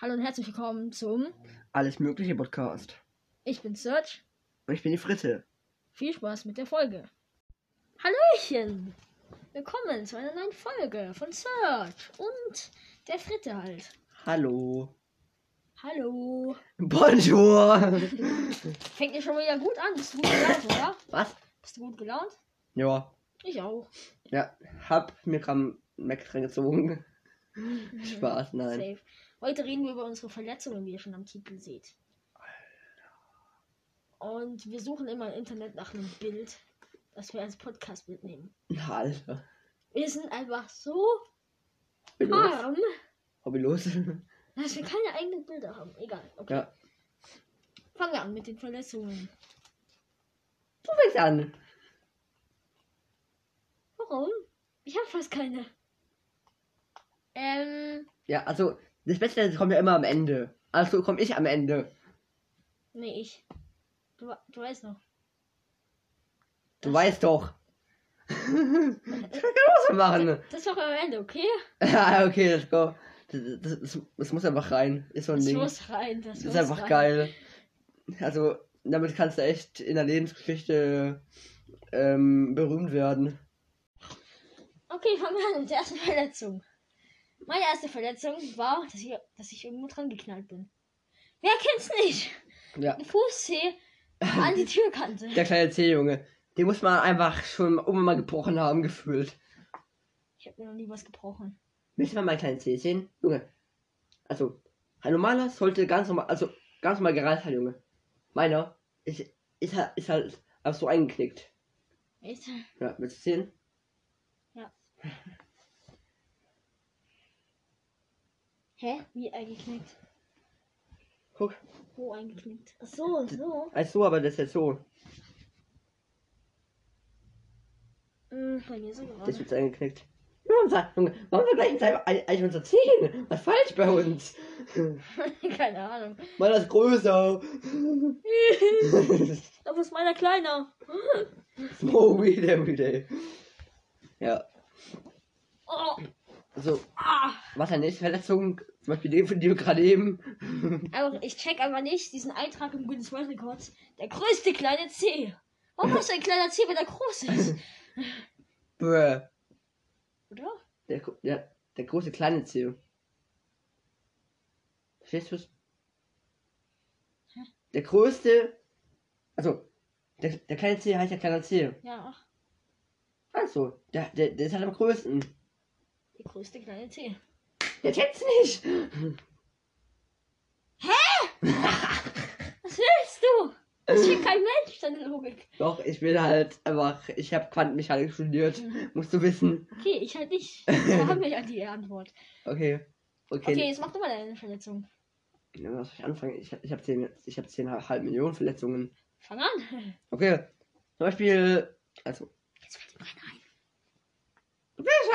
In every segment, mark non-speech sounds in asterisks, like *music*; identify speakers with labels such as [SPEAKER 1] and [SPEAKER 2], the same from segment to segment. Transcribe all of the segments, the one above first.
[SPEAKER 1] Hallo und herzlich willkommen zum
[SPEAKER 2] Alles Mögliche Podcast.
[SPEAKER 1] Ich bin Serge.
[SPEAKER 2] Und ich bin die Fritte.
[SPEAKER 1] Viel Spaß mit der Folge. Hallöchen! Willkommen zu einer neuen Folge von Serge und der Fritte halt.
[SPEAKER 2] Hallo.
[SPEAKER 1] Hallo.
[SPEAKER 2] Bonjour.
[SPEAKER 1] Fängt ihr schon wieder gut an? Bist du gut gelaunt, oder?
[SPEAKER 2] Was?
[SPEAKER 1] Bist du gut gelaunt?
[SPEAKER 2] Ja.
[SPEAKER 1] Ich auch.
[SPEAKER 2] Ja. Hab mir gerade Mac reingezogen. Mhm. Spaß, nein.
[SPEAKER 1] Safe. Heute reden wir über unsere Verletzungen, wie ihr schon am Titel seht. Und wir suchen immer im Internet nach einem Bild, das wir als Podcast-Bild nehmen.
[SPEAKER 2] Alter.
[SPEAKER 1] Wir sind einfach so
[SPEAKER 2] Bin los.
[SPEAKER 1] arm,
[SPEAKER 2] Hobby los. *laughs*
[SPEAKER 1] dass wir keine eigenen Bilder haben. Egal. Okay.
[SPEAKER 2] Ja.
[SPEAKER 1] Fangen wir an mit den Verletzungen.
[SPEAKER 2] Du fängst an.
[SPEAKER 1] Warum? Ich habe fast keine. Ähm,
[SPEAKER 2] Ja, also, das Beste das kommt ja immer am Ende. Also komme ich am Ende.
[SPEAKER 1] nee, ich. Du, du weißt noch.
[SPEAKER 2] Du
[SPEAKER 1] Das-
[SPEAKER 2] weißt *laughs* doch. ich kann keine Hose machen. *laughs*
[SPEAKER 1] Das war am Ende, okay?
[SPEAKER 2] Ah, okay, let's go. Das, das, das, das muss einfach rein. Ist so ein
[SPEAKER 1] Das
[SPEAKER 2] Ding.
[SPEAKER 1] muss rein. Das,
[SPEAKER 2] Das ist
[SPEAKER 1] muss
[SPEAKER 2] einfach
[SPEAKER 1] rein.
[SPEAKER 2] geil. Also, damit kannst du echt in der Lebensgeschichte ähm, berühmt werden.
[SPEAKER 1] Okay, fangen wir an mit der ersten Verletzung. Meine erste Verletzung war, dass ich, dass ich irgendwo dran geknallt bin. Wer kennt's nicht?
[SPEAKER 2] Ja.
[SPEAKER 1] Ein Fußzeh an
[SPEAKER 2] *laughs*
[SPEAKER 1] die Türkante.
[SPEAKER 2] Der kleine Zeh, Junge. Den muss man einfach schon irgendwann mal gebrochen haben, gefühlt.
[SPEAKER 1] Ich habe mir noch nie was gebrochen.
[SPEAKER 2] Willst du mal meinen kleinen Zeh sehen? Junge. Also, ein normaler sollte ganz normal, also ganz normal gereizt sein, Junge. Meiner ist, ist, halt, ist halt einfach so eingeknickt.
[SPEAKER 1] Echt?
[SPEAKER 2] Ja, willst du sehen?
[SPEAKER 1] *laughs* Hä? Wie eingeknickt?
[SPEAKER 2] Guck.
[SPEAKER 1] Wo eingeknickt? Ach so, so.
[SPEAKER 2] Also so, aber das ist jetzt so.
[SPEAKER 1] Hm, bei mir so
[SPEAKER 2] Das
[SPEAKER 1] gerade.
[SPEAKER 2] wird eingeknickt. Junge, unser- Junge, warum vergleichen wir einfach eigentlich unser Zehen? Was ist falsch bei uns?
[SPEAKER 1] *laughs* Keine Ahnung. *laughs*
[SPEAKER 2] Meiner ist größer. *laughs*
[SPEAKER 1] Aber ist meiner kleiner.
[SPEAKER 2] Smoke weed every day. Ja,
[SPEAKER 1] Oh,
[SPEAKER 2] also,
[SPEAKER 1] ah.
[SPEAKER 2] was eine nächste Verletzung, zum Beispiel die, von die wir gerade eben.
[SPEAKER 1] Aber Also, ich check aber nicht diesen Eintrag im Guinness World Records. Der größte kleine C. *laughs* Warum ist ein kleiner C, wenn er groß ist?
[SPEAKER 2] Bäh.
[SPEAKER 1] Oder?
[SPEAKER 2] Der, gro- der, der große kleine Zeh. Verstehst du's? Der größte. Also, der, der kleine Zeh heißt ja kleiner Zeh.
[SPEAKER 1] Ja,
[SPEAKER 2] Also, der, der, der ist halt am größten.
[SPEAKER 1] der größte kleine C.
[SPEAKER 2] Der kennt's nicht.
[SPEAKER 1] Was willst du? Das ist kein Mensch, deine *laughs* Logik.
[SPEAKER 2] Doch, ich bin halt einfach. Ich habe Quantenmechanik studiert. Musst du wissen.
[SPEAKER 1] Okay, ich halt nicht. Da haben wir ja die Antwort.
[SPEAKER 2] Okay.
[SPEAKER 1] Okay,
[SPEAKER 2] Okay.
[SPEAKER 1] jetzt mach du mal deine Verletzung.
[SPEAKER 2] Ja, was soll ich anfangen? Ich, ich habe zehn, ich hab zehnhalb Millionen Verletzungen.
[SPEAKER 1] Fang an. *laughs*
[SPEAKER 2] Okay. Zum Beispiel. Also.
[SPEAKER 1] Jetzt fällt ihm keiner ein.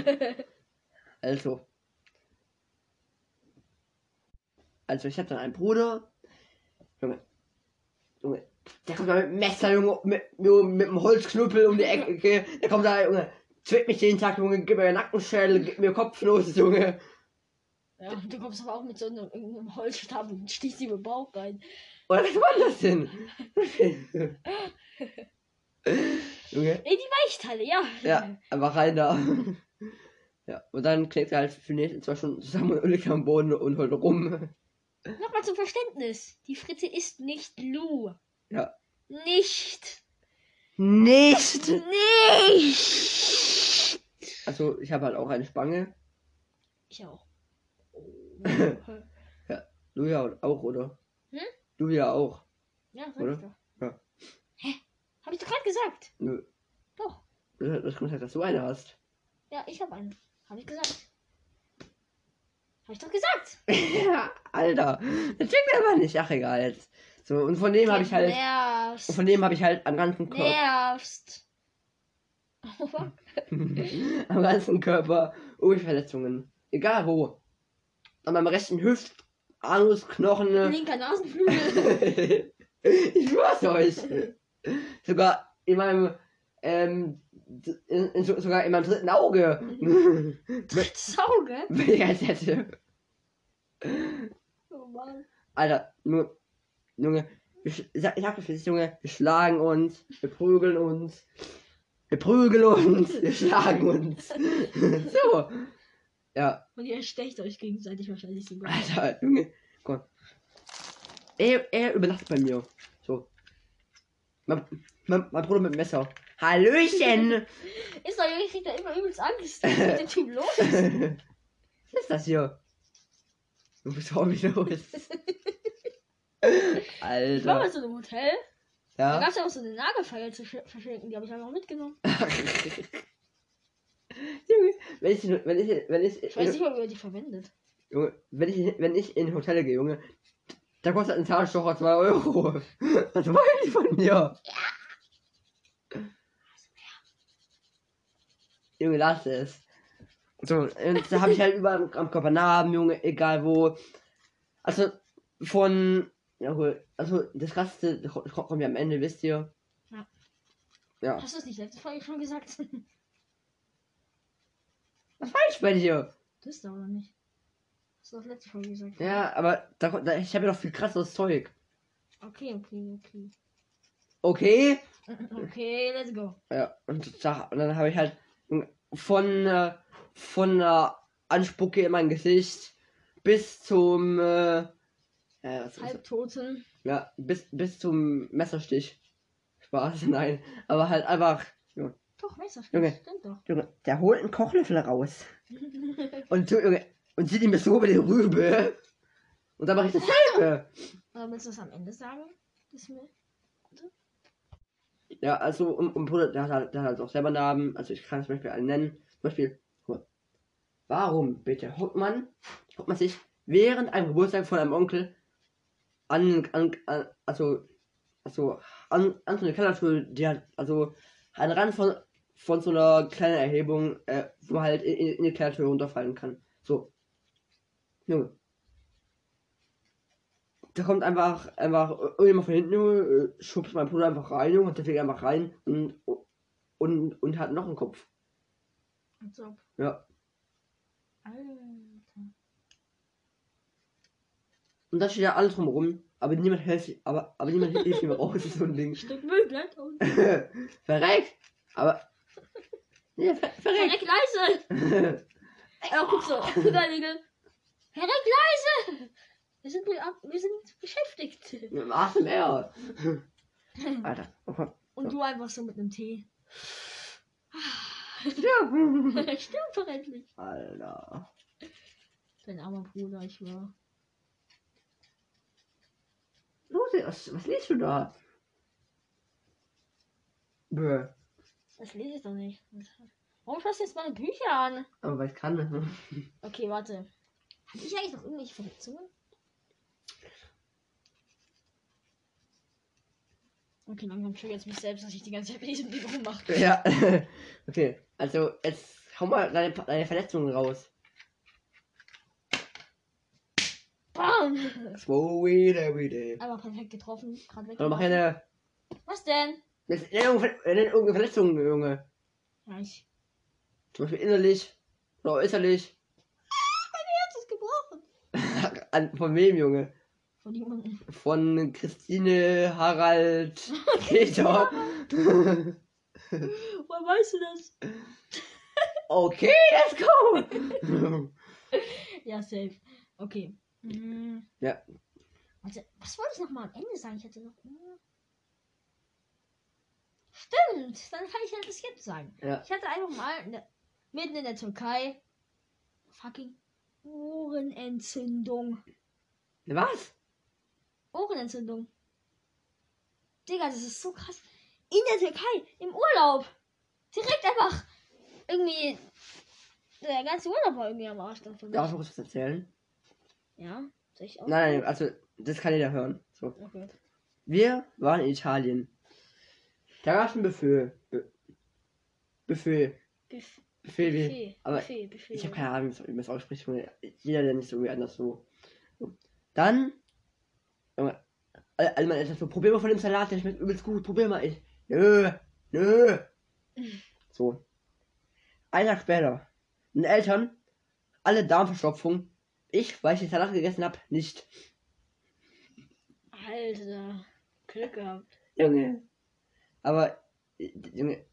[SPEAKER 2] Scheiße! also. Also, ich habe dann einen Bruder. Junge. Junge. Der kommt da mit dem Messer, Junge, mit, Junge, mit dem Holzknüppel um die Ecke. Der kommt da, Junge. Zwickt mich jeden Tag, Junge. Gib mir Nackenschädel, gib mir Kopflos, Junge.
[SPEAKER 1] Ja, und du kommst aber auch mit so einem, irgendeinem Holzstab und stichst ihm im Bauch rein.
[SPEAKER 2] Oder was war das denn? Junge.
[SPEAKER 1] In die Weichteile, ja.
[SPEAKER 2] Ja, einfach rein da. Ja, und dann klebt er halt für die nächsten zwei Stunden zusammen und liegt am Boden und heult
[SPEAKER 1] *laughs*
[SPEAKER 2] rum.
[SPEAKER 1] Nochmal zum Verständnis. Die Fritte ist nicht Lou.
[SPEAKER 2] Ja.
[SPEAKER 1] Nicht.
[SPEAKER 2] Nicht!
[SPEAKER 1] Nicht.
[SPEAKER 2] Also, ich habe halt auch eine Spange.
[SPEAKER 1] Ich
[SPEAKER 2] *laughs*
[SPEAKER 1] auch.
[SPEAKER 2] Du ja auch, oder?
[SPEAKER 1] Hm?
[SPEAKER 2] Du ja auch.
[SPEAKER 1] Ja, sag
[SPEAKER 2] Oder?
[SPEAKER 1] ich doch.
[SPEAKER 2] Ja.
[SPEAKER 1] Hä? Hab ich doch gerade gesagt.
[SPEAKER 2] Nö.
[SPEAKER 1] Doch.
[SPEAKER 2] Das das kommt halt, dass du eine hast. *laughs*
[SPEAKER 1] Ja, ich habe einen. Habe ich gesagt. Habe ich doch gesagt.
[SPEAKER 2] Ja, Alter. Das checkt er aber nicht. Ach, egal jetzt. So, und von dem habe ich halt.
[SPEAKER 1] Nervst.
[SPEAKER 2] Und von dem habe ich halt am ganzen Körper.
[SPEAKER 1] Nervst. *laughs* Aber
[SPEAKER 2] *laughs* am ganzen Körper Verletzungen. Egal wo. An meinem rechten Hüft, Anus, Knochen. *laughs*
[SPEAKER 1] linker Nasenflügel.
[SPEAKER 2] ich schwör's euch. Sogar in meinem, ähm, in, in, so- sogar in meinem dritten Auge.
[SPEAKER 1] Drittes Auge.
[SPEAKER 2] Wenn ich eins hätte.
[SPEAKER 1] Oh Mann.
[SPEAKER 2] Alter, nur, Junge, ich, ich, sag- ich hab das jetzt, Junge, wir schlagen uns, wir prügeln uns, wir prügeln uns, wir schlagen uns. *laughs* so. Ja,
[SPEAKER 1] Und ihr stecht euch gegenseitig wahrscheinlich sogar.
[SPEAKER 2] *laughs* Alter, Junge, komm. Er, er übernachtet bei mir. So. Mein, mein, mein Bruder mit dem Messer. Hallöchen!
[SPEAKER 1] Ist doch, Junge, ich krieg da immer übelst
[SPEAKER 2] *laughs*
[SPEAKER 1] Angst. Was ist mit dem Typ los?
[SPEAKER 2] Was ist das hier? Du bist auch wieder los.
[SPEAKER 1] Ich war mal
[SPEAKER 2] Alter.
[SPEAKER 1] so im Hotel. Da
[SPEAKER 2] Ja.
[SPEAKER 1] gab es ja auch so eine Nagelfeier zu sch- verschenken. Die habe ich einfach mitgenommen.
[SPEAKER 2] *laughs* Junge, wenn ich, wenn ich, wenn ich,
[SPEAKER 1] Ich weiß nicht mal, wie man die verwendet.
[SPEAKER 2] Junge, wenn ich, wenn ich in Hotels gehe, Junge, da kostet ein Zahnstocher 2 Euro. *laughs* Was wollen die von mir? Junge, lass es. So, und da habe ich halt überall am- am Körper Narben, Junge, egal wo. Also, von. Ja, cool. Also, das krasseste ko- ko- kommt ja am Ende, wisst ihr.
[SPEAKER 1] Ja.
[SPEAKER 2] Ja.
[SPEAKER 1] Hast du es nicht letzte Folge schon gesagt? *laughs*
[SPEAKER 2] Was war ich bei dir?
[SPEAKER 1] Das ist da oder nicht? Hast du das letzte Folge gesagt?
[SPEAKER 2] Ja, aber da, ko- da, ich habe ja noch viel krasseres Zeug.
[SPEAKER 1] Okay, okay, okay.
[SPEAKER 2] Okay?
[SPEAKER 1] Okay, let's go.
[SPEAKER 2] Ja, und, da, und dann habe ich halt von, äh, von äh, Anspucke in mein Gesicht bis zum äh, äh, was ist,
[SPEAKER 1] Halbtoten.
[SPEAKER 2] ja, bis, bis zum Messerstich. Spaß, *laughs* nein. Aber halt einfach, Junge,
[SPEAKER 1] Doch, Messerstich.
[SPEAKER 2] Junge.
[SPEAKER 1] Stimmt doch.
[SPEAKER 2] Junge, der holt einen Kochlöffel raus. Und, tu- Junge, und zieht ihm das so über die Rübe. Und dann mache ich dasselbe.
[SPEAKER 1] Aber willst du das am Ende sagen? Das mir...
[SPEAKER 2] Ja, also, und, und Bruder, der hat, halt, der hat halt auch selber Namen. Also, ich kann zum Beispiel einen nennen. Zum Beispiel, guck mal. warum bitte holt man, holt man sich während einem Geburtstag von einem Onkel an, an, an also, also, an, an so eine Kellertür, die hat, also, an den Rand von, von so einer kleinen Erhebung, äh, wo man halt in, in, in die Kellertür runterfallen kann. So. Junge. Da kommt einfach, einfach irgendjemand von hinten, Junge, äh, schubst meinen Bruder einfach rein, Junge, und der fliegt einfach rein und, und, und hat noch einen Kopf.
[SPEAKER 1] Als ob.
[SPEAKER 2] Ja.
[SPEAKER 1] Alter.
[SPEAKER 2] Und da steht ja alles drumherum, aber niemand hilft, aber, aber niemand hilft mir raus, so ein Ding.
[SPEAKER 1] Stück Müll bleibt
[SPEAKER 2] *laughs*
[SPEAKER 1] unten.
[SPEAKER 2] verreckt! Aber. Ja, ver verreckt!
[SPEAKER 1] Verreck leise! Er guckt so, Überlegel. Verreck leise! Wir sind, mit, ab- wir sind beschäftigt.
[SPEAKER 2] Mit dem ASMR! Alter. Oh, Gott.
[SPEAKER 1] Und du einfach so mit einem Tee.
[SPEAKER 2] ja.
[SPEAKER 1] *laughs* Stimmt doch endlich.
[SPEAKER 2] Alter.
[SPEAKER 1] Dein armer Bruder, ich war.
[SPEAKER 2] Lucy, was, was liest du da? Bäh.
[SPEAKER 1] Das lese ich doch nicht. Warum schaust du jetzt meine Bücher an?
[SPEAKER 2] Aber weil ich kann. ne?
[SPEAKER 1] Okay, warte. Hatte ich eigentlich noch irgendwelche Verletzungen? Okay, langsam triggert es mich selbst, dass ich die ganze Zeit mit diesem Büro mache.
[SPEAKER 2] Ja. *laughs* Okay. Also, jetzt hau mal deine, deine Verletzungen raus.
[SPEAKER 1] Bam!
[SPEAKER 2] Throw it every day.
[SPEAKER 1] Einmal perfekt getroffen, gerade weg.
[SPEAKER 2] Oder mach eine.
[SPEAKER 1] Was denn?
[SPEAKER 2] Jetzt nenn irgendeine nenn irgendeine Verletzung, Junge.
[SPEAKER 1] Ja, ich.
[SPEAKER 2] Zum Beispiel innerlich oder äußerlich.
[SPEAKER 1] Herz ist gebrochen.
[SPEAKER 2] An, von wem, Junge?
[SPEAKER 1] Von jemandem.
[SPEAKER 2] Von Christine, Harald, Peter.
[SPEAKER 1] Woher weißt du das?
[SPEAKER 2] okay, let's go! *laughs*
[SPEAKER 1] Ja, safe. Okay. Mhm.
[SPEAKER 2] Ja.
[SPEAKER 1] Warte, was wollte ich nochmal am Ende sagen? Ich hätte noch. Stimmt, dann kann ich ja das jetzt sagen.
[SPEAKER 2] Ja.
[SPEAKER 1] Ich hatte einfach mal ne- mitten in der Türkei fucking Ohrenentzündung.
[SPEAKER 2] Was?
[SPEAKER 1] Ohrenentzündung. Digga, das ist so krass. In der Türkei, im Urlaub. Direkt einfach irgendwie. Der ganze Urlaub war irgendwie am Arsch. davon.
[SPEAKER 2] Darf ich noch kurz was erzählen?
[SPEAKER 1] Ja, soll ich auch. Oh
[SPEAKER 2] Nein, nein, also, das kann jeder hören. So.
[SPEAKER 1] Okay.
[SPEAKER 2] Wir waren in Italien. Da gab es ein Buffet. Bu- Buffet.
[SPEAKER 1] Buff
[SPEAKER 2] Buffet wie.
[SPEAKER 1] Buffet.
[SPEAKER 2] aber
[SPEAKER 1] Buffet, Buffet.
[SPEAKER 2] Ich habe keine Ahnung, wie man es ausspricht. Junge. Jeder nennt es irgendwie anders so. Dann. Junge. All- all meine Eltern so, probier mal von dem Salat, der schmeckt übelst gut, probier mal. Ich, nö, nö. So. Ein Tag später. Meine Eltern, alle Darmverstopfung, Ich, weil ich den Salat gegessen habe, nicht.
[SPEAKER 1] Alter. Glück gehabt.
[SPEAKER 2] Junge. Aber, äh, Junge,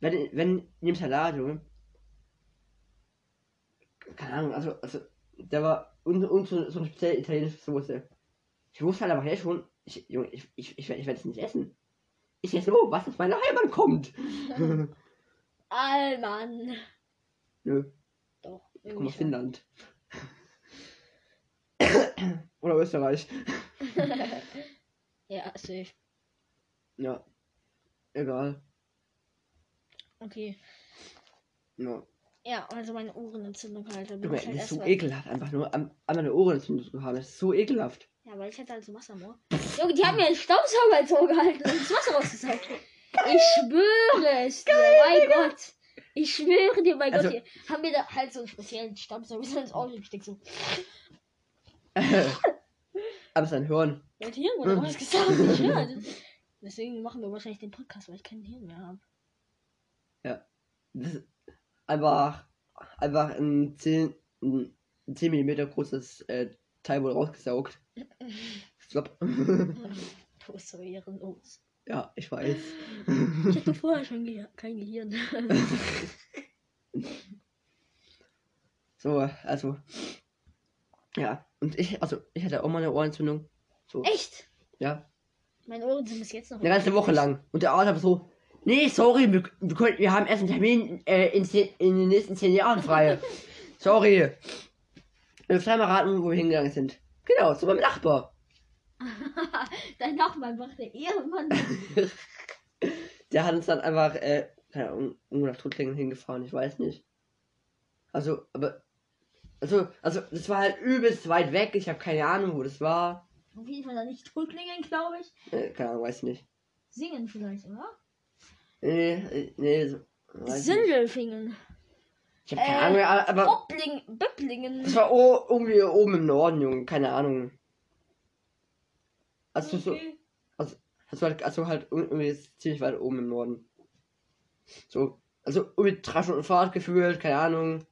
[SPEAKER 2] wenn, wenn in dem Salat, Junge, keine Ahnung, also, also, der war und, und so, so eine spezielle italienische Soße. Ich wusste halt aber jetzt schon, ich, Junge, ich, ich, ich, werd- ich werde es nicht essen. Ich esse nur, was aus meiner Heimat kommt.
[SPEAKER 1] All Mann.
[SPEAKER 2] Nö,
[SPEAKER 1] Doch.
[SPEAKER 2] ich komme
[SPEAKER 1] irgendwie
[SPEAKER 2] aus
[SPEAKER 1] schon.
[SPEAKER 2] Finnland. *coughs* Oder Österreich.
[SPEAKER 1] ja, safe.
[SPEAKER 2] Ja. Egal.
[SPEAKER 1] Okay.
[SPEAKER 2] Ja.
[SPEAKER 1] Ja, also meine Ohrenentzündung halt. Da bin
[SPEAKER 2] Junge,
[SPEAKER 1] ich
[SPEAKER 2] das
[SPEAKER 1] halt
[SPEAKER 2] ist so
[SPEAKER 1] erstmal.
[SPEAKER 2] ekelhaft, einfach nur an, an meine Ohren zu haben. Das ist so ekelhaft.
[SPEAKER 1] Ja, weil ich hatte halt so Wasser im Ohr. Junge, die haben mir einen Staubsauger ins Ohr gehalten und das Wasser rausgesaugt. Ich schwöre es dir, mein Gott. Ich schwöre dir, mein
[SPEAKER 2] Also-
[SPEAKER 1] Gott, die haben mir da halt so einen speziellen Staubsauger ins Ohr gesteckt. So,
[SPEAKER 2] *laughs* Aber sein Hirn.
[SPEAKER 1] mein Hirn wurde
[SPEAKER 2] Mhm.
[SPEAKER 1] rausgesaugt,
[SPEAKER 2] *laughs*
[SPEAKER 1] ich höre das. Deswegen machen wir wahrscheinlich den Podcast, weil ich kein Hirn mehr habe.
[SPEAKER 2] Das ist einfach, einfach ein 10, ein 10 mm großes äh, Teil wurde rausgesaugt. Flop. *laughs*
[SPEAKER 1] Du bist so ehrenlos.
[SPEAKER 2] ja, ich weiß.
[SPEAKER 1] Ich hatte vorher schon Gehir- kein Gehirn.
[SPEAKER 2] So, also. Ja, und ich, also, ich hatte auch mal eine Ohrenentzündung. So,
[SPEAKER 1] Echt?
[SPEAKER 2] ja.
[SPEAKER 1] Meine Ohren sind bis jetzt noch.
[SPEAKER 2] Eine ganze
[SPEAKER 1] *laughs*
[SPEAKER 2] Woche lang. Und der Arzt hat so, nee, sorry, wir, wir, können, wir haben erst einen Termin äh, in, zehn, in den nächsten zehn Jahren frei. sorry. Wir dürfen mal raten, wo wir hingegangen sind. Genau, zu meinem Nachbar.
[SPEAKER 1] Dein Nachbar macht der Ehrenmann. *laughs*
[SPEAKER 2] Der hat uns dann einfach, äh, keine Ahnung, irgendwo nach Tuttlingen hingefahren, ich weiß nicht. Also, aber, also, also, das war halt übelst weit weg, ich habe keine Ahnung, wo das war.
[SPEAKER 1] Auf jeden Fall da nicht totklingen, glaube ich.
[SPEAKER 2] Äh, keine Ahnung, weiß nicht.
[SPEAKER 1] Singen vielleicht, oder?
[SPEAKER 2] Nee, äh, nee, so, weiß nicht.
[SPEAKER 1] Sindelfingen.
[SPEAKER 2] Ich habe keine
[SPEAKER 1] Äh,
[SPEAKER 2] Ahnung, aber
[SPEAKER 1] Böbling, Böblingen.
[SPEAKER 2] Ah. Das war o- irgendwie oben im Norden, Junge, keine Ahnung. Also, so,
[SPEAKER 1] Okay.
[SPEAKER 2] also, halt, also halt irgendwie ziemlich weit oben im Norden. So, also irgendwie Traschen und Fahrt gefühlt, keine Ahnung.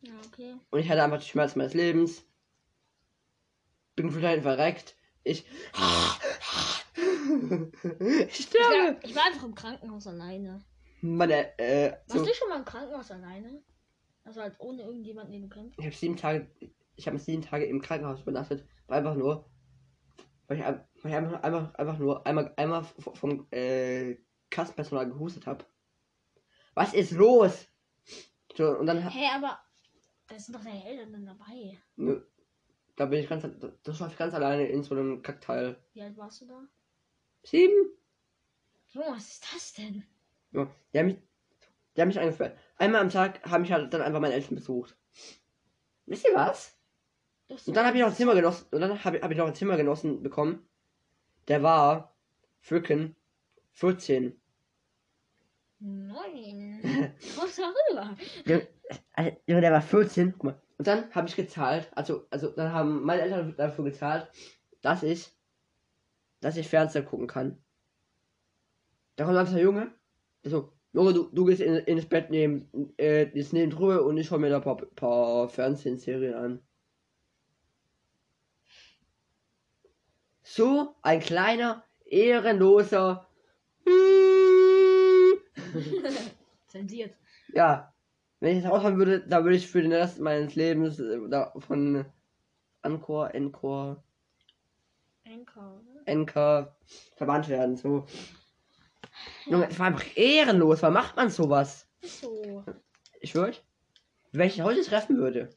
[SPEAKER 1] Ja, okay.
[SPEAKER 2] Und ich hatte einfach die Schmerzen meines Lebens. Bin gefühlt halt verreckt. Ich. *laughs* ich
[SPEAKER 1] Ich
[SPEAKER 2] sterbe!
[SPEAKER 1] war, ich war einfach im Krankenhaus alleine.
[SPEAKER 2] Meine, äh,
[SPEAKER 1] Warst
[SPEAKER 2] so,
[SPEAKER 1] du schon mal im Krankenhaus alleine? Also halt ohne irgendjemanden, den du kennst.
[SPEAKER 2] ich habe sieben Tage, ich habe sieben Tage im Krankenhaus übernachtet, weil einfach nur, weil ich, ein- weil ich einfach, einfach, einfach nur einmal, einmal v- vom äh, Kassenpersonal gehustet habe. Was ist los? So, und dann,
[SPEAKER 1] Hey, aber da sind doch deine Eltern dann dabei.
[SPEAKER 2] nö, da bin ich ganz, das war ich ganz alleine in so einem Kackteil.
[SPEAKER 1] Wie alt warst du da?
[SPEAKER 2] Sieben?
[SPEAKER 1] Junge, was ist das denn?
[SPEAKER 2] Ja, die haben mich, die haben mich eingeführt. Einmal am Tag haben mich halt dann einfach meine Eltern besucht. Wisst ihr was?
[SPEAKER 1] Das ist
[SPEAKER 2] Und dann habe ich noch ein
[SPEAKER 1] doch-
[SPEAKER 2] Zimmer genossen. Und dann habe hab ich noch ein Zimmer genossen bekommen. Der war Fücken 14. *laughs*
[SPEAKER 1] Nein. Komm darüber.
[SPEAKER 2] Also, Junge, der war 14. Guck mal. Und dann habe ich gezahlt. Also, also dann haben meine Eltern dafür gezahlt, dass ich, dass ich Fernseher gucken kann. Da kommt einfach der Junge. So, Junge, du, du gehst in, ins Bett neben, äh, jetzt neben drüber und ich hol mir da ein paar, paar Fernsehserien an. So ein kleiner, ehrenloser.
[SPEAKER 1] Zensiert.
[SPEAKER 2] Ja, wenn ich das aushaben würde, da würde ich für den Rest meines Lebens äh, da von Ankor, Encore,
[SPEAKER 1] Anchor.
[SPEAKER 2] Enker verbannt werden. So. Junge, das war einfach ehrenlos. Warum macht man sowas?
[SPEAKER 1] So.
[SPEAKER 2] Ich würde, wenn ich ihn heute treffen würde,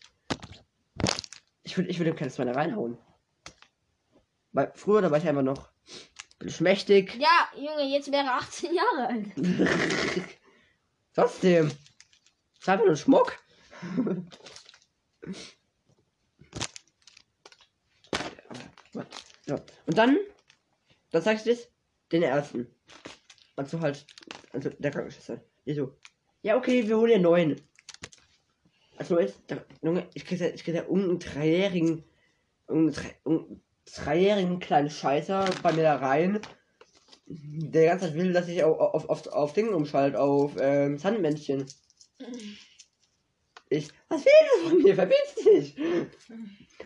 [SPEAKER 2] ich würde ich würde ihm keine Zweier reinhauen. Weil früher, da war ich einfach noch schmächtig.
[SPEAKER 1] Ja, Junge, jetzt wäre 18 Jahre alt. *laughs*
[SPEAKER 2] Trotzdem. Das ist einfach nur Schmuck. so. Und dann, dann sag ich das, den ersten. Also halt, also der Krankenschwester. Die so, ja okay, wir holen den neuen. Also ist, der, Junge, ich krieg da, ich krieg da irgendeinen dreijährigen, irgendeinen drei- irgendeinen dreijährigen kleinen Scheißer bei mir da rein der ganze Zeit will, dass ich auf, auf, auf, auf Ding umschalte, auf ähm, Sandmännchen. Ich, was willst du von mir? Verpiss dich!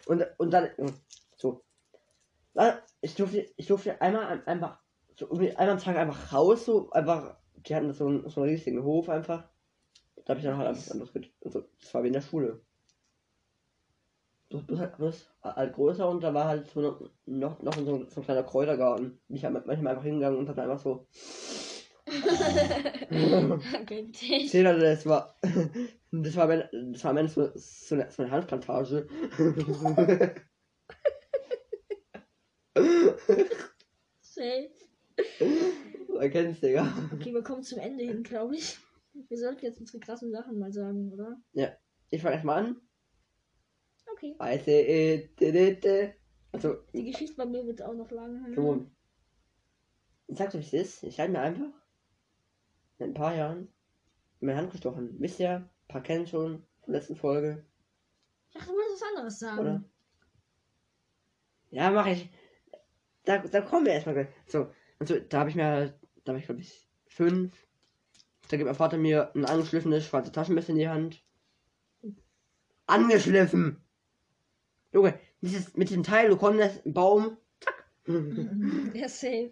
[SPEAKER 2] Und, und dann, äh, so. Dann, Ich durfte, ich durfte einmal ein- einfach, so irgendwie einmal am Tag einfach raus, so einfach, die hatten so einen, so einen riesigen Hof einfach. Da habe ich dann halt alles anderes get- und so, Das war wie in der Schule. Bloß, bloß, halt, bloß halt größer und da war halt so noch, noch, noch so, ein, so ein kleiner Kräutergarten. Bin Ich habe manchmal einfach hingegangen und habe einfach so.
[SPEAKER 1] Gönnt dich.
[SPEAKER 2] Zähler, also das war. *laughs* Das war am Ende, das war am Ende so, so, eine, so eine *laughs* Hanfplantage.
[SPEAKER 1] Safe.
[SPEAKER 2] Du erkennst, Digga.
[SPEAKER 1] Okay, wir kommen zum Ende hin, glaube ich. Wir sollten jetzt unsere krassen Sachen mal sagen, oder?
[SPEAKER 2] Ich fange erstmal an.
[SPEAKER 1] Okay.
[SPEAKER 2] Weiße, äh, de, de, de. Also,
[SPEAKER 1] Die Geschichte bei mir wird auch noch lang.
[SPEAKER 2] so. Ich sag's euch, wie es ist. Ich habe mir einfach in ein paar Jahren in meine Hand gestochen. Wisst ihr, ein paar kennen schon von der letzten Folge.
[SPEAKER 1] Ich dachte, du wolltest was anderes sagen.
[SPEAKER 2] Oder? Ja, mache ich. Da, da kommen wir erstmal gleich. So, also da habe ich mir, da habe ich glaube ich fünf. Da gibt mein Vater mir ein angeschliffenes schwarze Taschenmesser in die Hand. Angeschliffen! Junge, dieses, mit dem Teil, du konntest einen Baum. Zack!
[SPEAKER 1] *laughs* ja, safe.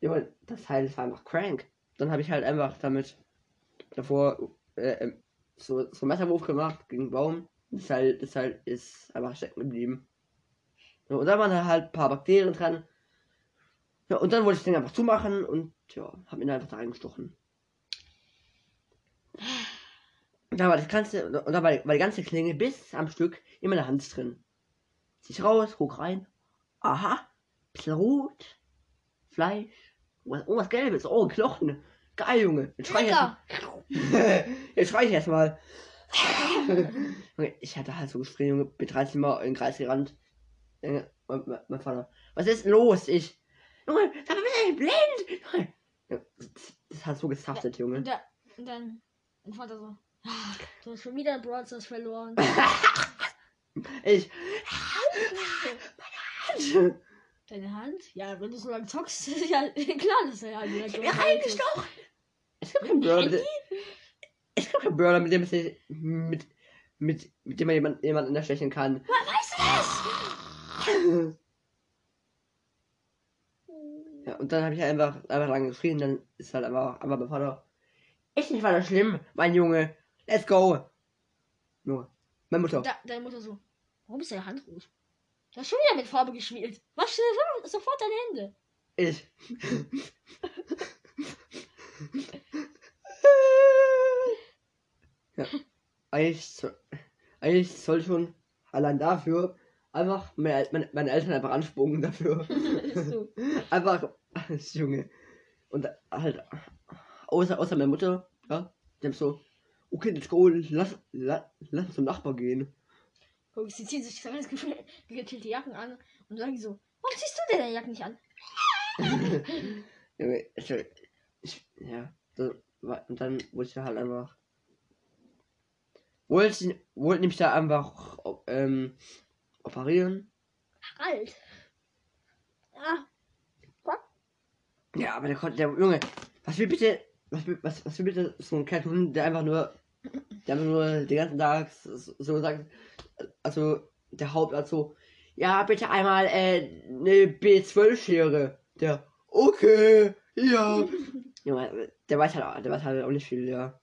[SPEAKER 2] Junge, das Teil ist einfach crank. Dann habe ich halt einfach damit davor äh, ähm, so, so einen Messerwurf gemacht gegen den Baum. Das Teil, das Teil ist einfach stecken geblieben. So, und da waren da halt ein paar Bakterien dran. Ja, und dann wollte ich den einfach zumachen und ja, habe ihn einfach da reingestochen. Und da war das ganze, und da war die, war die ganze Klinge bis am Stück in meiner Hand drin. Zieh ich raus, guck rein. Aha, bisschen rot, Fleisch. Oh, was- oh, was Gelbes. Oh, Knochen. Geil, Junge. Jetzt schrei ich
[SPEAKER 1] Lecker.
[SPEAKER 2] erst- *laughs* Jetzt schrei ich *laughs* erstmal. Junge, ich hatte halt so geschrien, Junge. Bin 13 Mal in den Kreis gerannt. Junge, mein, mein- mein Vater. Was ist denn los? Ich. Junge, da bin ich blind. Junge. Junge, Das, das hat so gesaftet, Junge.
[SPEAKER 1] Und, da, und dann, und Vater so, "Ah, du hast schon wieder Brawl Stars verloren.
[SPEAKER 2] Ich. *laughs*
[SPEAKER 1] Deine Hand? Ja, wenn du so lange zockst, ist *laughs* ja klar, dass deine Hand wieder
[SPEAKER 2] Mir reingestochen. Es gibt keinen Burger. mit- Es gibt keinen Burger, mit dem es nicht- mit, mit, mit dem man jemand, jemanden erstechen kann.
[SPEAKER 1] Weißt du das?
[SPEAKER 2] Ja, und dann habe ich halt einfach, einfach lange geschrien, dann ist halt einfach, einfach mein Vater. Ist nicht weiter schlimm, mein Junge. Let's go. Junge. Meine Mutter.
[SPEAKER 1] Da, deine Mutter so, warum ist deine Hand rot? Du hast schon wieder mit Farbe gespielt. Wasch dir sofort deine Hände.
[SPEAKER 2] Ich. ja. Eigentlich, so, eigentlich soll schon allein dafür einfach meine, El- meine, meine Eltern einfach anspucken dafür. *laughs*
[SPEAKER 1] Ist *laughs* so.
[SPEAKER 2] einfach, *laughs* Junge. Und halt, außer, außer meine Mutter, ja, die haben so, okay, let's go, lass, lass, lass zum Nachbar gehen.
[SPEAKER 1] Guck, sie ziehen sich ganz ge- gechillte Jacken an und sagen so, warum ziehst du denn deine Jacken nicht an?
[SPEAKER 2] Junge, ich, ich, ja, das war, und dann wurde ich da halt einfach. Wollte ich- wollte nämlich da einfach op- ähm, operieren.
[SPEAKER 1] Alt. Ah,
[SPEAKER 2] Ja, aber der konnte, der Junge, was will bitte, was will, was, was will bitte so ein Kerl tun, der einfach nur, der einfach nur den ganzen Tag so, so sagt, also der Hauptarzt so, ja, bitte einmal äh, eine B12-Schere. Der, okay, ja. Junge, der weiß halt, auch- der weiß halt auch nicht viel, ja.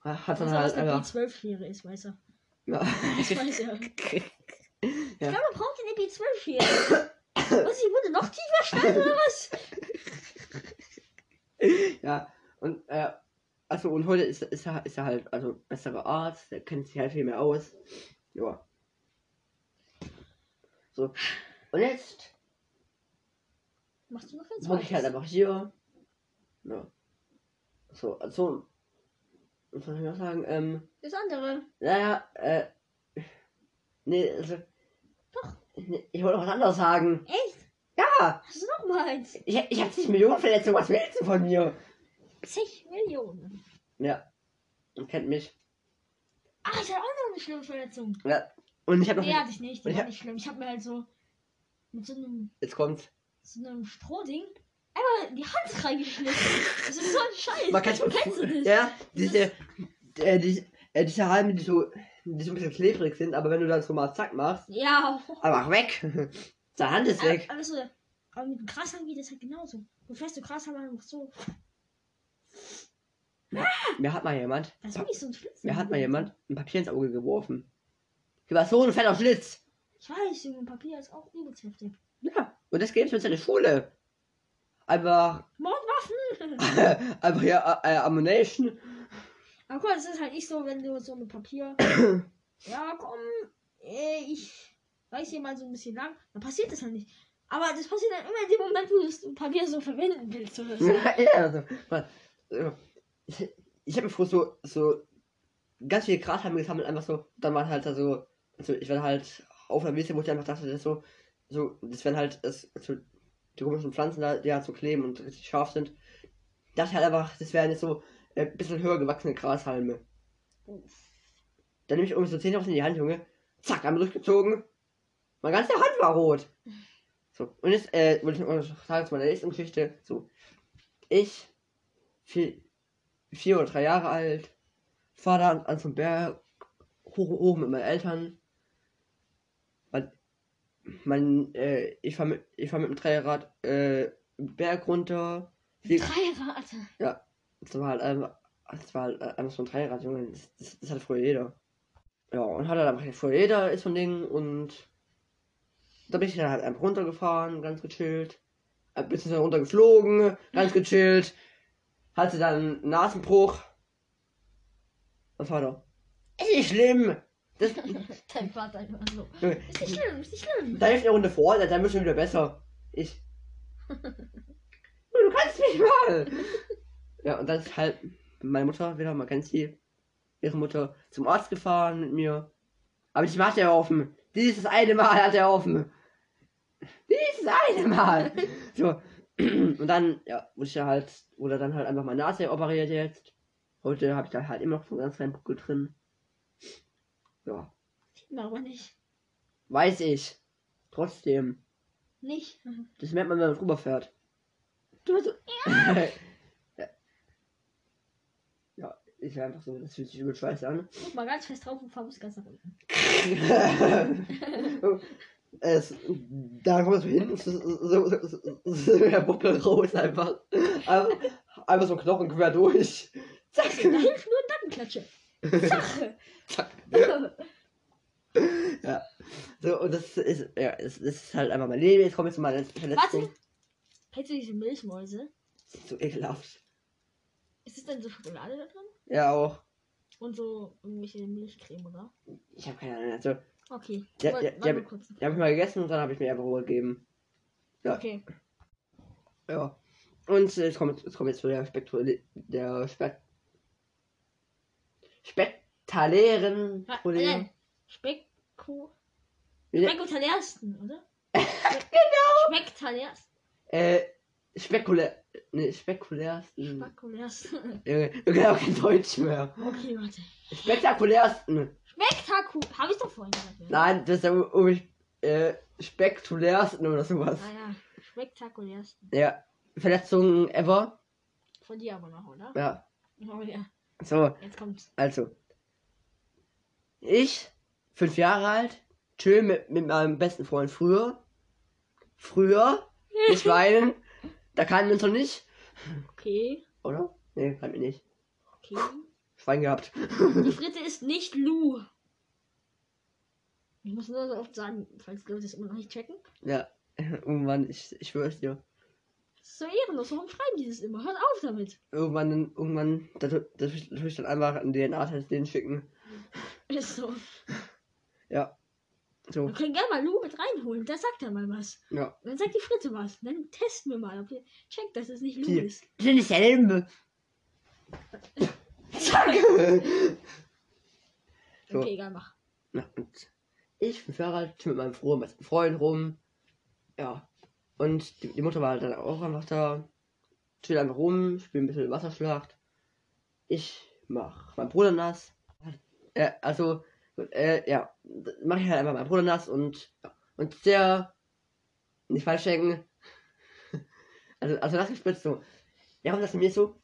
[SPEAKER 2] Hat
[SPEAKER 1] was
[SPEAKER 2] dann
[SPEAKER 1] alles
[SPEAKER 2] halt
[SPEAKER 1] eine
[SPEAKER 2] einfach.
[SPEAKER 1] B12-Schere ist, weiß er.
[SPEAKER 2] Ja.
[SPEAKER 1] Das weiß er.
[SPEAKER 2] *laughs*
[SPEAKER 1] Ich
[SPEAKER 2] Ja.
[SPEAKER 1] glaube, man braucht eine B12-Schere.
[SPEAKER 2] *coughs*
[SPEAKER 1] Was, ich wurde noch tiefer schneiden oder was?
[SPEAKER 2] ja, und, äh, also, und heute ist, ist, er, ist er halt, also, besserer Arzt, der kennt sich halt viel mehr aus. Ja. So. Und jetzt
[SPEAKER 1] Machst du noch ein
[SPEAKER 2] mache ich halt
[SPEAKER 1] zweites?
[SPEAKER 2] einfach hier. Ja. So, also, was soll ich noch sagen? Ähm,
[SPEAKER 1] Das andere.
[SPEAKER 2] naja, äh, nee, also,
[SPEAKER 1] Doch.
[SPEAKER 2] nee, ich wollte noch was anderes sagen.
[SPEAKER 1] Echt?
[SPEAKER 2] Ja,
[SPEAKER 1] Hast du noch mal eins?
[SPEAKER 2] ich, ich habe 10 Millionen Verletzungen, was willst du von mir?
[SPEAKER 1] 10 Millionen.
[SPEAKER 2] Ja, ihr kennt mich.
[SPEAKER 1] Ah, ich hatte auch noch eine schlimme Verletzung.
[SPEAKER 2] Ja, und ich habe noch,
[SPEAKER 1] Nee, hatte ich nicht. Die
[SPEAKER 2] Und ich
[SPEAKER 1] war
[SPEAKER 2] hab-
[SPEAKER 1] nicht schlimm. Ich habe mir halt so mit so einem,
[SPEAKER 2] jetzt kommt's.
[SPEAKER 1] so einem Strohding einmal die Hand reingeschnitten. Das ist so ein Scheiß.
[SPEAKER 2] Man kann schon
[SPEAKER 1] Kennst du das?
[SPEAKER 2] Ja, diese, äh, die, äh, diese Halme, die so, die so ein bisschen klebrig sind, aber wenn du dann so mal zack machst,
[SPEAKER 1] Ja.
[SPEAKER 2] einfach weg. *laughs* Deine Hand ist weg.
[SPEAKER 1] Aber, aber, so, aber mit dem Grashalm geht das halt genauso. Du fährst so Grashalm an und machst so.
[SPEAKER 2] Mir hat mal jemand,
[SPEAKER 1] ah. Also Das ist wirklich so ein Schlitz.
[SPEAKER 2] mir hat mal jemand ein Papier ins Auge geworfen. Hier war so ein fetter Schlitz.
[SPEAKER 1] Ich weiß, Junge, Papier ist auch übelst heftig.
[SPEAKER 2] Ja, und das gibt's uns in der Schule. Einfach, *laughs*
[SPEAKER 1] Mordwaffen!
[SPEAKER 2] einfach ja, äh, Ammunition.
[SPEAKER 1] Aber guck mal, das ist halt nicht so, wenn du so mit
[SPEAKER 2] *coughs*
[SPEAKER 1] Papier. ja, komm, äh, ich reiß hier mal so ein bisschen lang. Dann passiert das halt nicht. Aber das passiert dann immer in dem Moment, wo du das Papier so verwenden willst. Oder so.
[SPEAKER 2] *laughs* ja, also, man, äh, ich, ich habe mir früher so, so ganz viele Grashalme gesammelt, einfach so. Dann waren halt da so, also ich war halt auf einer Wiese, wo ich einfach dachte, das ist so, so, das wären halt das, so, die komischen Pflanzen da, die halt so kleben und richtig scharf sind. Dachte halt einfach, das wären jetzt so äh, ein bisschen höher gewachsene Grashalme. Dann nehme ich irgendwie so 10 in die Hand, Junge. Zack, einmal durchgezogen. Meine ganze Hand war rot. So, und jetzt äh, wollte ich noch sagen zu meiner nächsten Geschichte. So, ich, vier, vier oder drei Jahre alt, fahre da an, an so einem Berg hoch, hoch mit meinen Eltern. Mein, mein, äh, ich fahre mit, ich fahr mit dem Dreirad äh, Berg runter. Flieg,
[SPEAKER 1] Drei Rate.
[SPEAKER 2] das war halt einfach, das war halt einfach so ein Dreirad, Junge. Das, das, das hatte früher jeder. Ja, und hat halt einfach früher jeder ist so ein Ding und da bin ich dann halt einfach runtergefahren, ganz gechillt. Äh, Ein bisschen so runtergeflogen, ganz gechillt. Hatte dann einen Nasenbruch. Und Vater. Ist nicht schlimm! Das,
[SPEAKER 1] Dein Vater immer so.
[SPEAKER 2] Junge,
[SPEAKER 1] Ist nicht schlimm, ist nicht schlimm.
[SPEAKER 2] da hilft eine Runde vor, dann bist du wieder besser. Ich. Du kannst mich mal! Ja, und dann ist halt meine Mutter, wieder mal ganz lieb, ihre Mutter zum Arzt gefahren mit mir. Aber ich machte ja offen. Dieses eine Mal hat er offen. Dieses eine Mal! So. Und dann, ja, wurde ich ja halt, wurde dann halt einfach meine Nase operiert jetzt. Heute habe ich da halt immer noch so einen ganz kleinen Buckel drin. Ja,
[SPEAKER 1] Sieht man aber nicht.
[SPEAKER 2] weiß ich. Trotzdem.
[SPEAKER 1] Nicht.
[SPEAKER 2] Das merkt man, wenn man drüber fährt. Du bist so. ja. *laughs* ja, ist einfach so, das fühlt sich übel scheiße an. *laughs*
[SPEAKER 1] Guck mal ganz fest drauf und fahr muss ganz nach unten.
[SPEAKER 2] es, da kommt so hinten so, so, so, so, so der Buckel raus einfach. einfach. Einfach so ein Knochen quer durch. Zack,
[SPEAKER 1] Da hilft nur Nackenklatsche.
[SPEAKER 2] *laughs*
[SPEAKER 1] Sache.
[SPEAKER 2] zack. So, und das ist, ja, das, das ist halt einfach mein Leben. Jetzt kommen wir zu meiner Verletzung.
[SPEAKER 1] Warte. Kennst du diese Milchmäuse?
[SPEAKER 2] Das ist so ekelhaft.
[SPEAKER 1] Ist es denn so Schokolade da drin?
[SPEAKER 2] Ja, auch.
[SPEAKER 1] Und so irgendwelche Milchcreme, oder?
[SPEAKER 2] Ich habe keine Ahnung. Also,
[SPEAKER 1] Okay.
[SPEAKER 2] Ja,
[SPEAKER 1] Warte-
[SPEAKER 2] ja,
[SPEAKER 1] warte
[SPEAKER 2] ja,
[SPEAKER 1] mal kurz.
[SPEAKER 2] Die habe ich mal gegessen und dann habe ich mir einfach Ruhe gegeben. ja.
[SPEAKER 1] Okay.
[SPEAKER 2] Ja. Und äh, jetzt kommt jetzt kommt jetzt zu der Spektro der Spek spektakulären
[SPEAKER 1] Ah,
[SPEAKER 2] Problem.
[SPEAKER 1] nein. Spekko.
[SPEAKER 2] Ja.
[SPEAKER 1] Spektakulärsten, oder? *laughs* genau. Spektakulärsten.
[SPEAKER 2] Äh, spekulär ne spekulärsten.
[SPEAKER 1] Spektakulärsten.
[SPEAKER 2] Junge, Junge, auch kein Deutsch mehr.
[SPEAKER 1] *laughs* Okay, warte.
[SPEAKER 2] Spektakulärsten.
[SPEAKER 1] Spektaku. Habe ich doch vorhin gesagt. oder?
[SPEAKER 2] Nein, das ist ja um äh, spektakulärsten oder sowas.
[SPEAKER 1] Ah ja. Spektakulärsten.
[SPEAKER 2] Ja, Verletzungen ever.
[SPEAKER 1] Von dir aber noch, oder?
[SPEAKER 2] Ja,
[SPEAKER 1] Oh ja.
[SPEAKER 2] so.
[SPEAKER 1] Jetzt kommt's.
[SPEAKER 2] Also, ich, fünf Jahre alt, chill mit, mit meinem besten Freund früher. Früher, nicht weinen, da kannten wir uns noch nicht,
[SPEAKER 1] Okay.
[SPEAKER 2] oder? Nee, kannten wir nicht.
[SPEAKER 1] Okay.
[SPEAKER 2] Schwein gehabt.
[SPEAKER 1] Die Fritte ist nicht Lou. Ich muss nur so oft sagen, falls die Leute es immer noch nicht checken.
[SPEAKER 2] ja, *laughs* irgendwann, ich, ich schwör's dir.
[SPEAKER 1] Das ist so ehrenlos. Warum schreiben die das immer? Hört auf damit. *laughs*
[SPEAKER 2] Irgendwann, irgendwann, da tu da tu ich tu ich dann einfach einen DNA-Test den schicken.
[SPEAKER 1] Ist so.
[SPEAKER 2] So,
[SPEAKER 1] Wir können gerne mal Lou mit reinholen. Da sagt er mal was.
[SPEAKER 2] ja.
[SPEAKER 1] Dann sagt die Fritte was. Dann testen wir mal, ob ihr checkt, dass es nicht Lou
[SPEAKER 2] Hier.
[SPEAKER 1] ist.
[SPEAKER 2] Das sind *laughs* dieselben. So.
[SPEAKER 1] Okay, egal, mach.
[SPEAKER 2] Ja, und ich bin verheiratet mit meinem frohen besten Freund rum. Ja. Und die, die Mutter war halt dann auch einfach da. Chill einfach rum, spielt ein bisschen Wasserschlacht. Ich mach meinen Bruder nass. Äh, also, äh, ja, mach ich halt einfach meinen Bruder nass und, und der, nicht falsch denken, also, also nass gespritzt so. Ja, kommt das zu mir so,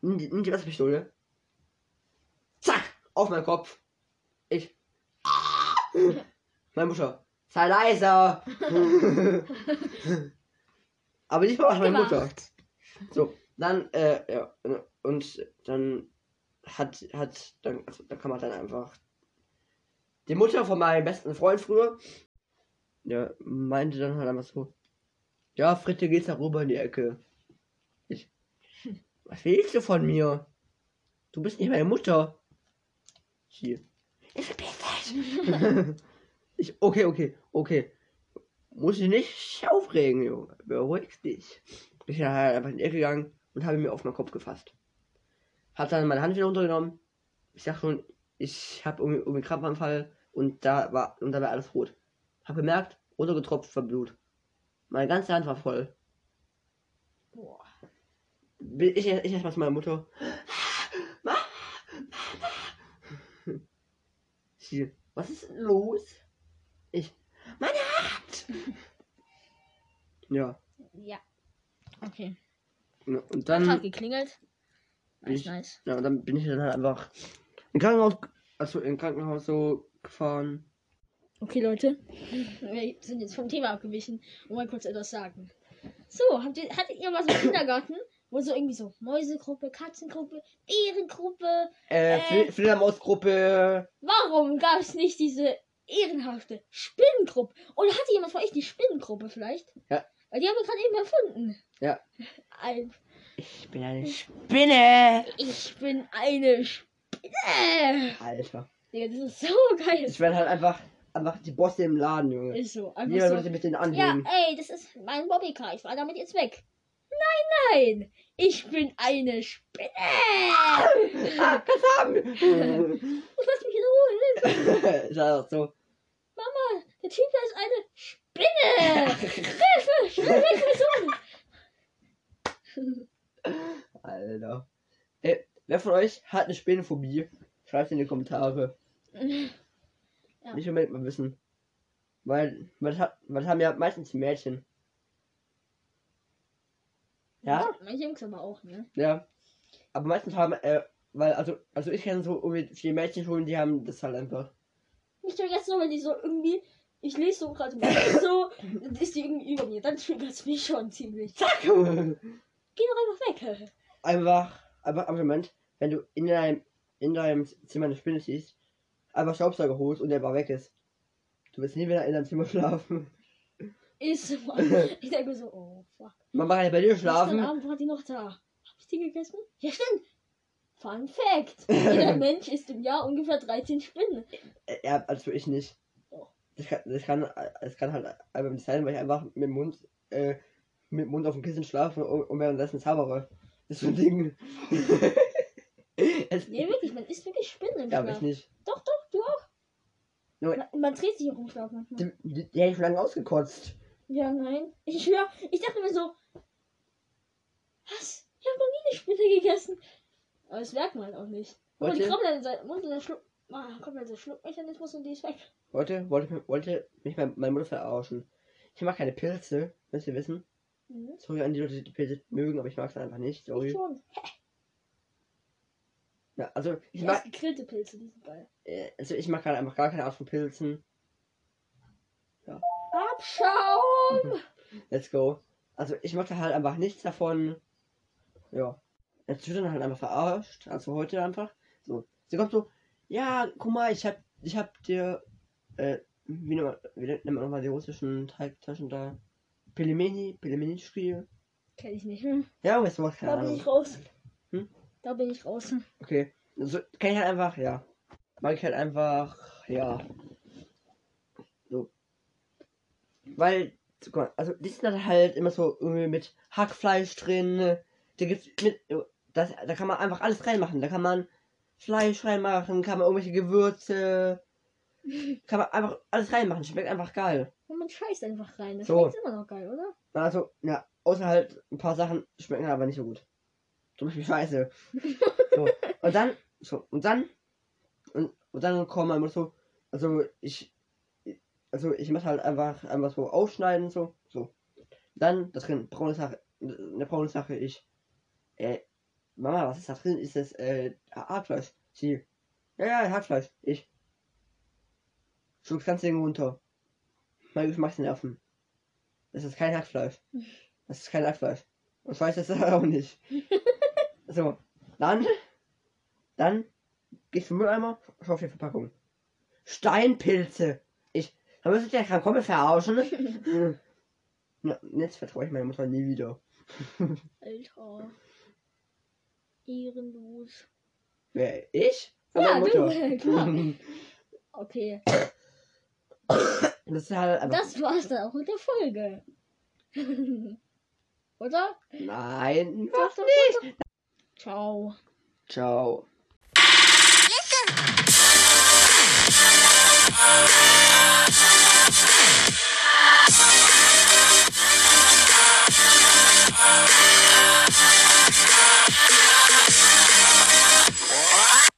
[SPEAKER 2] nimm die, nimm die Wasserpistole. Zack! auf meinen Kopf. Ich. Mein Mutter. Sei leiser. Aber nicht mal meine Mutter.
[SPEAKER 1] gemacht.
[SPEAKER 2] So, dann, äh, ja, und dann hat, hat, dann, also, da kann man dann einfach. Die Mutter von meinem besten Freund früher, ja, meinte dann halt einfach so, ja, Fritte, geht's da rüber in die Ecke. Ich, was willst du von mir? Du bist nicht meine Mutter. Hier. Ich verpiss dich. *laughs* ich, okay, okay, okay. Muss dich nicht aufregen, Junge. Beruhig dich. Bin ich dann halt einfach in die Ecke gegangen und habe ihn mir auf meinen Kopf gefasst. Hat dann meine Hand wieder runtergenommen. Ich sag schon, ich habe irgendwie, irgendwie einen Krampfanfall und da war und da war alles rot. Hab gemerkt, runtergetropft war Blut. Meine ganze Hand war voll.
[SPEAKER 1] Boah.
[SPEAKER 2] Bin ich, ich erstmal zu meiner Mutter. Ma- Sie, was ist denn los? Ich, meine Hand! ja,
[SPEAKER 1] Ja. Okay.
[SPEAKER 2] ne, und
[SPEAKER 1] Hat gerade
[SPEAKER 2] dann,
[SPEAKER 1] geklingelt. Nice,
[SPEAKER 2] Ich-
[SPEAKER 1] nice.
[SPEAKER 2] ja, und dann bin ich dann halt einfach im Krankenhaus, also im Krankenhaus so gefahren.
[SPEAKER 1] Okay, Leute. Wir sind jetzt vom Thema abgewichen und wollen kurz etwas sagen. So, habt ihr, hattet ihr was im Kindergarten, wo so irgendwie so Mäusegruppe, Katzengruppe, Bärengruppe?
[SPEAKER 2] Äh,
[SPEAKER 1] Äh.
[SPEAKER 2] Fl- Fledermausgruppe.
[SPEAKER 1] Warum gab es nicht diese ehrenhafte Spinnengruppe? Oder hatte jemand von euch die Spinnengruppe vielleicht?
[SPEAKER 2] Ja.
[SPEAKER 1] Weil die haben wir gerade eben erfunden.
[SPEAKER 2] Ja.
[SPEAKER 1] Ein,
[SPEAKER 2] Ich bin eine Spinne.
[SPEAKER 1] ich bin eine Spinne.
[SPEAKER 2] Alter.
[SPEAKER 1] Digga, das ist so geil.
[SPEAKER 2] Ich werde halt einfach, einfach die Bosse im Laden, Junge.
[SPEAKER 1] Ist so. Einfach
[SPEAKER 2] Jeder
[SPEAKER 1] so.
[SPEAKER 2] wird sich mit denen
[SPEAKER 1] Ja,
[SPEAKER 2] anlegen.
[SPEAKER 1] ey, das ist mein Bobbycar. Ich war damit jetzt weg. Nein, nein. Ich bin eine Spinne.
[SPEAKER 2] Ah, kannst *laughs* haben.
[SPEAKER 1] Und lass mich in Ruhe.
[SPEAKER 2] *laughs* ist halt so.
[SPEAKER 1] Mama, der Typ da ist eine Spinne. Hilfe, schnell weg mit so.
[SPEAKER 2] Alter. Ey, wer von euch hat eine Spinnenphobie? Schreibt in die Kommentare.
[SPEAKER 1] Ja.
[SPEAKER 2] Nicht unbedingt mal wissen. Weil, weil das, hat, weil das haben ja meistens die Mädchen. Ja?
[SPEAKER 1] Manche Jungs aber auch, ne?
[SPEAKER 2] Ja. Aber meistens haben, äh, weil, also, also ich kenne so irgendwie viele Mädchenschulen, die haben das halt einfach. *laughs*
[SPEAKER 1] Nicht vergessen, nur, wenn die so irgendwie. Ich lese so gerade mal *laughs* so, dann ist die irgendwie über mir. Dann triggert es mich schon ziemlich.
[SPEAKER 2] Zack!
[SPEAKER 1] Geh doch einfach weg.
[SPEAKER 2] einfach, einfach am Moment, wenn du in deinem, in deinem Zimmer eine Spinne siehst, einfach Staubsauger holst und der war weg ist. Du wirst nie wieder in deinem Zimmer *laughs* schlafen.
[SPEAKER 1] Ist so. Ich denke mir so, oh fuck.
[SPEAKER 2] Man kann ja bei dir
[SPEAKER 1] Gestern
[SPEAKER 2] schlafen.
[SPEAKER 1] Abend war die noch da. Hab ich die gegessen? Ja, stimmt. Fun
[SPEAKER 2] *laughs*
[SPEAKER 1] Fact. Jeder Mensch isst im Jahr ungefähr 13 Spinnen.
[SPEAKER 2] Äh, Ja, also ich nicht.
[SPEAKER 1] Doch.
[SPEAKER 2] Das kann, das kann, das kann halt einfach nicht sein, weil ich einfach mit dem Mund, äh, mit dem Mund auf dem Kissen schlafe und, und währenddessen zaubere. Das ist so ein Ding. es,
[SPEAKER 1] Nee, wirklich, man isst wirklich Spinnen im
[SPEAKER 2] ja, aber ich
[SPEAKER 1] Schlaf.
[SPEAKER 2] nicht.
[SPEAKER 1] Doch, doch, du auch.
[SPEAKER 2] Nur-
[SPEAKER 1] Man, man dreht sich auch im Schlaf manchmal.
[SPEAKER 2] Die, die, die hätte ich schon lange ausgekotzt.
[SPEAKER 1] Ja, nein. Ich schwör, ich dachte mir so, was? Ich habe noch nie eine Spinne gegessen. Aber das merkt man auch nicht. Und Oh, die
[SPEAKER 2] Heute,
[SPEAKER 1] kommt dann in seinen Mund und dann schluckt. Ah, kommt dann so ein Schluckmechanismus und die ist weg.
[SPEAKER 2] heute wollte, wollte mich mein, meine Mutter verarschen. Ich mag keine Pilze, müsst ihr wissen.
[SPEAKER 1] Mhm.
[SPEAKER 2] Sorry an die Leute, die Pilze mögen, aber ich mag es einfach nicht.
[SPEAKER 1] Ich
[SPEAKER 2] Sorry.
[SPEAKER 1] schon.
[SPEAKER 2] Ja, also ich
[SPEAKER 1] Ich
[SPEAKER 2] mag,
[SPEAKER 1] gegrillte Pilze, die sind geil.
[SPEAKER 2] äh, also ich mag halt einfach gar keine Art von Pilzen.
[SPEAKER 1] Abschaum!
[SPEAKER 2] Mhm. Let's go. Also ich mache halt einfach nichts davon. Ja. Jetzt wird dann halt einfach verarscht. Also heute einfach. So. Sie kommt so, ja, guck mal, ich hab, ich hab dir, äh, wie, nennt man, wie nennt man nochmal die russischen Teigtaschen da? Pelimeni, Pelimenitschkie.
[SPEAKER 1] Kenn ich nicht. Hm?
[SPEAKER 2] Ja, Junge, sowas, keine
[SPEAKER 1] Da bin
[SPEAKER 2] Ahnung.
[SPEAKER 1] ich raus.
[SPEAKER 2] Hm?
[SPEAKER 1] Da bin ich raus.
[SPEAKER 2] Okay. So, kann ich halt einfach, ja. Mag ich halt einfach, ja. So. Weil, guck mal, also die sind dann halt immer so irgendwie mit Hackfleisch drin. ne? Da gibt's mit, das, da kann man einfach alles reinmachen. Da kann man Fleisch reinmachen, kann man irgendwelche Gewürze, kann man einfach alles reinmachen. Schmeckt einfach geil.
[SPEAKER 1] Und man scheißt einfach rein. Das
[SPEAKER 2] So.
[SPEAKER 1] schmeckt immer noch geil, oder?
[SPEAKER 2] Also, ja, außer halt ein paar Sachen schmecken aber nicht so gut. Zum Beispiel Scheiße. So, und dann, so, und dann, und, und dann kommen einfach so, also ich, also ich muss halt einfach, einfach so aufschneiden, so, so. Dann, da drin, braune Sache, eine braune Sache, ich, äh, Mama, was ist da drin? Ist das, äh, Hackfleisch? Sie, Ja, ja, Hackfleisch. Ich. So das ganze Ding runter. Mein Geschmacksnerven. Das ist
[SPEAKER 1] *laughs*
[SPEAKER 2] kein Hackfleisch. Das ist kein Hackfleisch. Und ich weiß das *laughs* auch nicht. so, dann. Dann gehst du zum Mülleimer, schau auf die Verpackung. Steinpilze. Ich. Da müsste ich ja kein
[SPEAKER 1] *laughs*
[SPEAKER 2] Kumpel verarschen. ne? *laughs* Na, jetzt vertraue ich meiner Mutter nie wieder.
[SPEAKER 1] Alter. Ehrenlos.
[SPEAKER 2] Wer? Ich?
[SPEAKER 1] Ja, du,
[SPEAKER 2] Meine *laughs*
[SPEAKER 1] klar. Okay,
[SPEAKER 2] Das ist halt einfach.
[SPEAKER 1] das war's dann auch mit der Folge. *laughs* Oder?
[SPEAKER 2] Nein,
[SPEAKER 1] Doch,
[SPEAKER 2] mach
[SPEAKER 1] doch,
[SPEAKER 2] nicht.
[SPEAKER 1] Ciao.
[SPEAKER 2] Ciao.